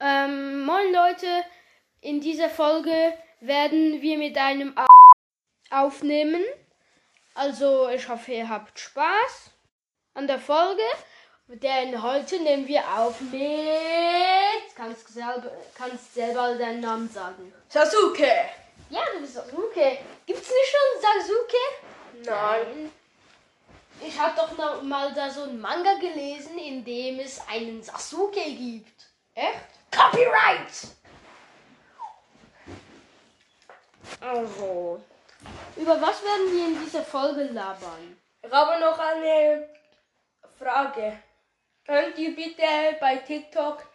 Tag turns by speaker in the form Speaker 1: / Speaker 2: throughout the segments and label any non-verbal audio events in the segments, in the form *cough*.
Speaker 1: Ähm, moin Leute, in dieser Folge werden wir mit einem A aufnehmen. Also ich hoffe, ihr habt Spaß an der Folge. Denn heute nehmen wir auf mit... Kannst selber, kannst selber deinen Namen sagen.
Speaker 2: Sasuke!
Speaker 1: Ja, du bist Sasuke. Gibt's nicht schon Sasuke? Nein. Ich habe doch noch mal da so ein Manga gelesen, in dem es einen Sasuke gibt.
Speaker 2: Echt?
Speaker 1: Copyright! Also, über was werden wir in dieser Folge labern?
Speaker 2: Ich habe noch eine Frage. Könnt ihr bitte bei TikTok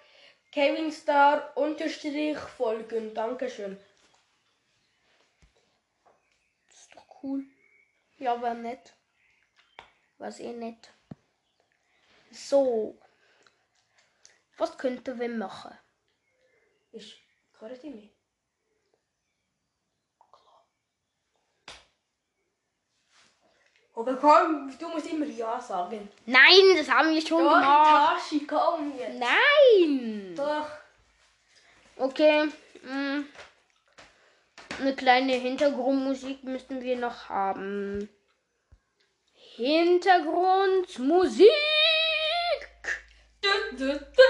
Speaker 2: Kevin Star unterstrich folgen? Dankeschön.
Speaker 1: Das ist doch cool. Ja, war nett. War sehr nett. eh So, was könnten wir machen?
Speaker 2: Ich höre die mich. Aber komm, du musst immer Ja sagen.
Speaker 1: Nein, das haben wir schon
Speaker 2: Doch,
Speaker 1: gemacht.
Speaker 2: Tashi, komm jetzt.
Speaker 1: Nein!
Speaker 2: Doch.
Speaker 1: Okay. mm. Eine kleine Hintergrundmusik müssten wir noch haben. Hintergrundmusik!
Speaker 2: Du, du, du.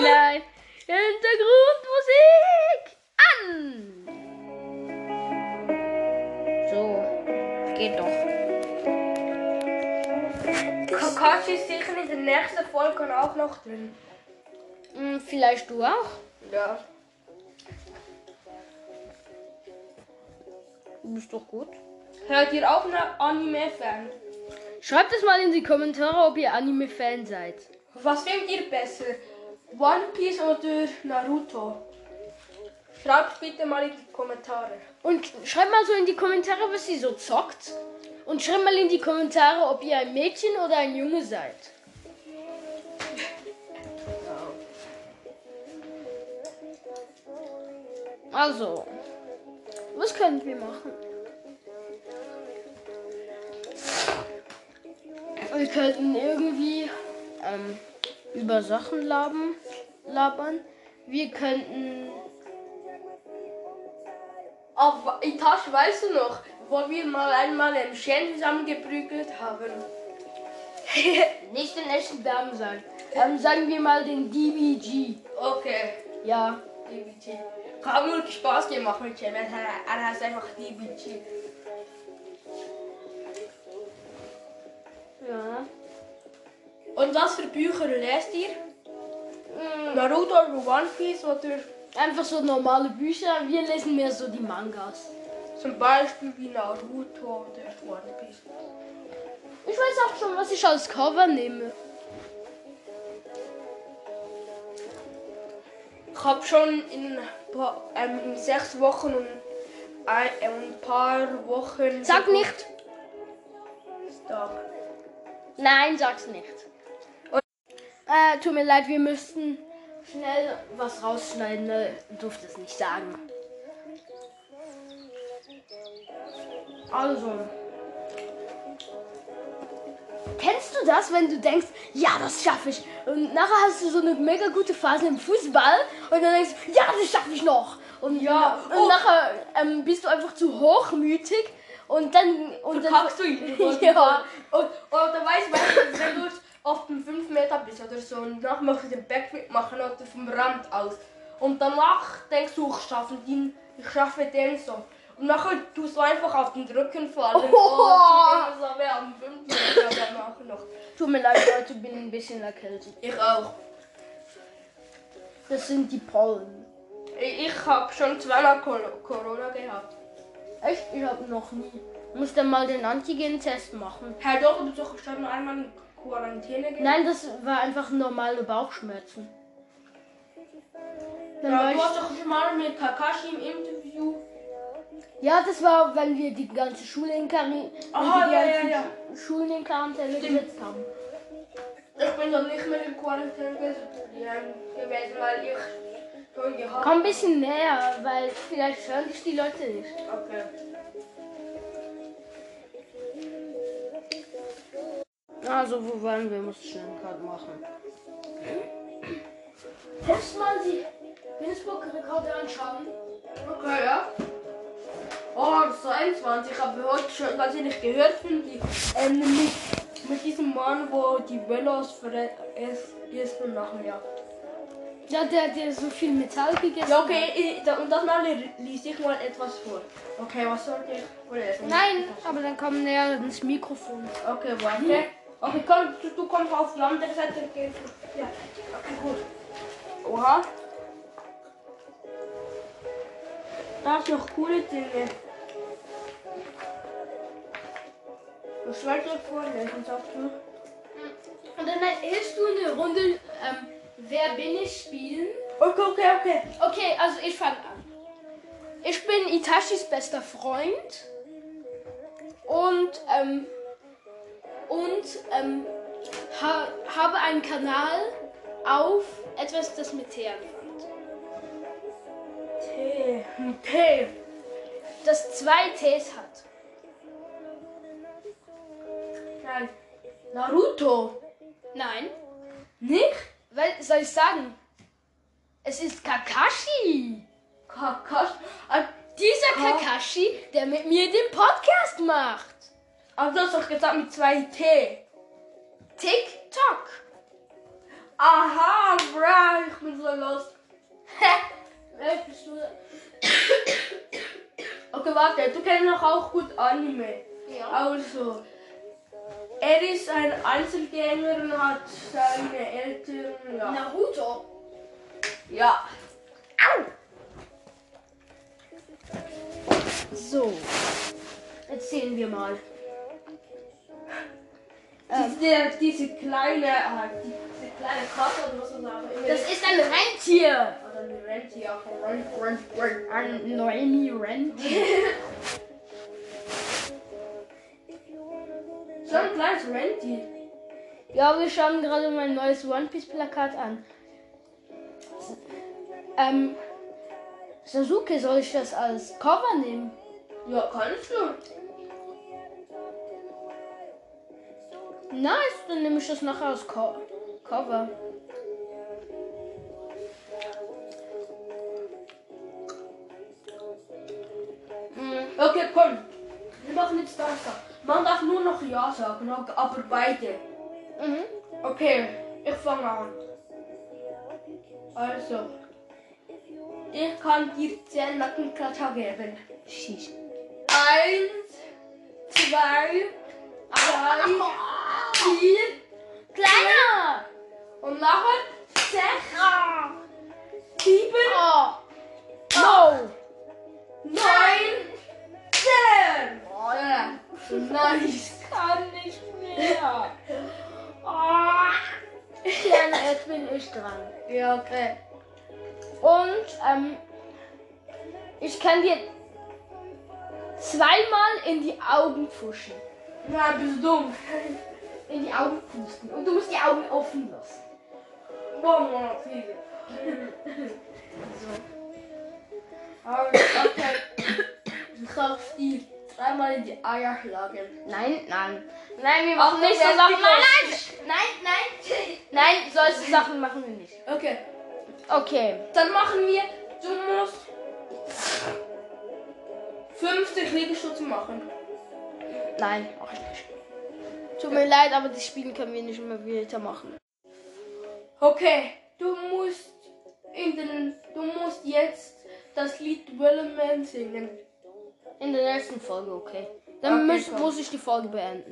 Speaker 1: Nein. Hintergrundmusik! An! So. Geht doch.
Speaker 2: Kakashi ist sicher in der nächsten Folge auch noch drin.
Speaker 1: Mm, Vielleicht du auch?
Speaker 2: Ja.
Speaker 1: Du bist doch gut.
Speaker 2: Hört ihr auch eine Anime-Fan?
Speaker 1: Schreibt es mal in die Kommentare, ob ihr Anime-Fan seid.
Speaker 2: Was findet ihr besser? One Piece oder Naruto? Schreibt bitte mal in die Kommentare.
Speaker 1: Und schreibt mal so in die Kommentare, was ihr so zockt. Und schreibt mal in die Kommentare, ob ihr ein Mädchen oder ein Junge seid. Also, was können wir machen? Wir könnten irgendwie ähm, über Sachen labern, labern. Wir könnten
Speaker 2: Aber Itachi, weißt du noch, wo wir mal einmal im Shen zusammengeprügelt haben?
Speaker 1: Nicht den echten Namen sagen. Ähm, sagen wir mal den DBG.
Speaker 2: Okay,
Speaker 1: Ja.
Speaker 2: DBG. Hat nur Spaß gemacht mit Shen. Er, er heißt einfach DBG.
Speaker 1: Ja.
Speaker 2: Und was für Bücher lest ihr? Mm, Naruto oder One Piece oder
Speaker 1: Einfach so normale Bücher. Wir lesen mehr so die Mangas.
Speaker 2: zum Beispiel wie Naruto oder One Piece?
Speaker 1: Ich weiß auch schon, was ich als Cover nehme.
Speaker 2: Ich habe schon in, ein paar- ähm, in sechs Wochen und ein, äh, ein paar Wochen.
Speaker 1: Sag nicht.
Speaker 2: Tag.
Speaker 1: Nein, sag's nicht. Äh, tut mir leid, wir müssten schnell was rausschneiden. Ne? Durfte es nicht sagen. Also. Kennst du das, wenn du denkst, ja, das schaffe ich? Und nachher hast du so eine mega gute Phase im Fußball und dann denkst du, ja, das schaffe ich noch. Und,
Speaker 2: Ja,
Speaker 1: und
Speaker 2: oh.
Speaker 1: nachher ähm, bist du einfach zu hochmütig und dann. Und dann
Speaker 2: Kackst du *laughs* ihn?
Speaker 1: *laughs* Ja.
Speaker 2: Und, und dann weißt du, wenn du auf dem 5 Meter bist oder so und dann machst du den Backflip machen oder vom Rand aus. Und danach denkst du, ich schaffe den, ich schaffe den so. Und nachher tust du einfach auf den Rücken
Speaker 1: *laughs*
Speaker 2: fallen.
Speaker 1: Oh.
Speaker 2: Und so wäre am 5 Meter danach noch.
Speaker 1: Tut mir leid, Leute, bin ein bisschen erkältet.
Speaker 2: Ich auch.
Speaker 1: Das sind die Pollen.
Speaker 2: Ich, ich habe schon zweimal Cor- Corona gehabt.
Speaker 1: Echt? Ich hab noch nie. Muss dann mal den Antigen-Test machen.
Speaker 2: Herr doch, du bist doch schon einmal in Quarantäne gegangen.
Speaker 1: Nein, das war einfach normale Bauchschmerzen. Dann
Speaker 2: Ja,
Speaker 1: war
Speaker 2: du
Speaker 1: ich,
Speaker 2: hast doch schon mal mit Kakashi im Interview.
Speaker 1: ja, das war, wenn wir die ganze Schule in Quarantäne,
Speaker 2: Ah,
Speaker 1: die
Speaker 2: ja,
Speaker 1: ganzen
Speaker 2: ja, ja.
Speaker 1: Schu- Schulen in Quarantäne gesetzt haben.
Speaker 2: Ich bin dann nicht mehr in Quarantäne gewesen, gewesen, weil ich schon gehabt
Speaker 1: Komm ein bisschen näher, weil vielleicht hören dich die Leute nicht.
Speaker 2: Okay.
Speaker 1: Also, wo waren wir? Muss ich schnell gerade machen. Test mal die Guinness-Book-Rekorde anschauen.
Speaker 2: Okay, ja. Oh, das ist so 21. Ich habe heute schon ganz ehrlich gehört, finde ich. Ähm, mit, mit diesem Mann, wo die Velos veressen nach mir.
Speaker 1: Ja, der hat ja so viel Metall gegessen.
Speaker 2: Ja, okay, ich, da, und das mal liest ich mal etwas vor. Okay, was sollte ich vorlesen?
Speaker 1: Nein, aber dann kommen näher ins Mikrofon.
Speaker 2: Okay, warte. Okay, komm, du, du kommst auf die andere Seite. gehst du- Ja, okay, gut. Oha. Da ist noch coole Dinge. Ich wollte euch vorlesen, sagst du?
Speaker 1: Und dann hilfst du eine Runde ähm, Wer bin ich spielen.
Speaker 2: Okay, okay, okay.
Speaker 1: Okay, also ich fange an. Ich bin Itachis bester Freund. Und, ähm, und ähm, ha habe einen Kanal auf etwas, das mit T anfängt.
Speaker 2: Tee. Ein Tee.
Speaker 1: Das zwei Ts hat.
Speaker 2: Nein. Naruto.
Speaker 1: Nein.
Speaker 2: Nicht?
Speaker 1: Weil, soll ich sagen? Es ist Kakashi.
Speaker 2: Kakashi. Ah,
Speaker 1: Dieser
Speaker 2: Ka-
Speaker 1: Kakashi, der mit mir den Podcast macht.
Speaker 2: Aber Also, du hast doch gesagt mit zwei T.
Speaker 1: TikTok.
Speaker 2: Aha, bra, ich bin so
Speaker 1: *laughs*
Speaker 2: los.
Speaker 1: Wer bist du?
Speaker 2: Okay, warte, du kennst doch auch gut Anime.
Speaker 1: Ja.
Speaker 2: Also, er ist ein Einzelgänger und hat seine Eltern. Ja.
Speaker 1: Naruto.
Speaker 2: ja.
Speaker 1: So, jetzt sehen wir mal. Ähm.
Speaker 2: Diese, diese kleine, äh, diese kleine Katze oder was man sagt. immer-
Speaker 1: Das ist ein Rentier.
Speaker 2: Oder eine Rentier. Rent, Rent, Rent.
Speaker 1: Ein Noemi Rentier.
Speaker 2: So ein kleines Rentier.
Speaker 1: *laughs* Ja, wir schauen gerade mein neues One Piece Plakat an. Ähm, Sasuke, soll ich das als Cover nehmen?
Speaker 2: Ja, kannst du.
Speaker 1: Nice, dann nehme ich das nachher als Co Cover. Mm,
Speaker 2: Okay, komm. Wir machen jetzt das. da. Man darf nur noch Ja sagen, okay, aber beide.
Speaker 1: Mhm.
Speaker 2: Okay, ich fange an. Also, ich kann dir 10 Nackenklatscher geben.
Speaker 1: Sheesh.
Speaker 2: Eins, zwei, drei, vier
Speaker 1: Kleiner!
Speaker 2: und nachher sechs, sieben,
Speaker 1: Oh. No!
Speaker 2: neun, zehn. Oh, ja. Nice.
Speaker 1: Kann nicht mehr! Oh. Kleiner, jetzt bin ich dran.
Speaker 2: Ja, okay.
Speaker 1: Und ähm, ich kann dir zweimal in die Augen pfuschen.
Speaker 2: Na, bist du dumm.
Speaker 1: In die Augen pusten. Und du musst die Augen offen lassen.
Speaker 2: Boah, Mann, Fliege. Also, okay. Du kannst die dreimal in die Eier schlagen.
Speaker 1: Nein, nein. Nein, wir
Speaker 2: Ach,
Speaker 1: machen nicht so
Speaker 2: wer ist
Speaker 1: Sachen.
Speaker 2: die
Speaker 1: Nein, nein, nein, nein. Nein, solche Sachen machen wir nicht.
Speaker 2: Okay,
Speaker 1: Okay.
Speaker 2: dann machen wir, du musst 50 Liegestütze machen.
Speaker 1: Nein, auch nicht. Tut mir leid, aber die Spiele können wir nicht mehr weitermachen.
Speaker 2: Okay, du musst in den, du musst jetzt das Lied Willerman singen.
Speaker 1: In der nächsten Folge, okay. Dann
Speaker 2: Okay,
Speaker 1: muss,
Speaker 2: komm.
Speaker 1: muss ich die Folge beenden.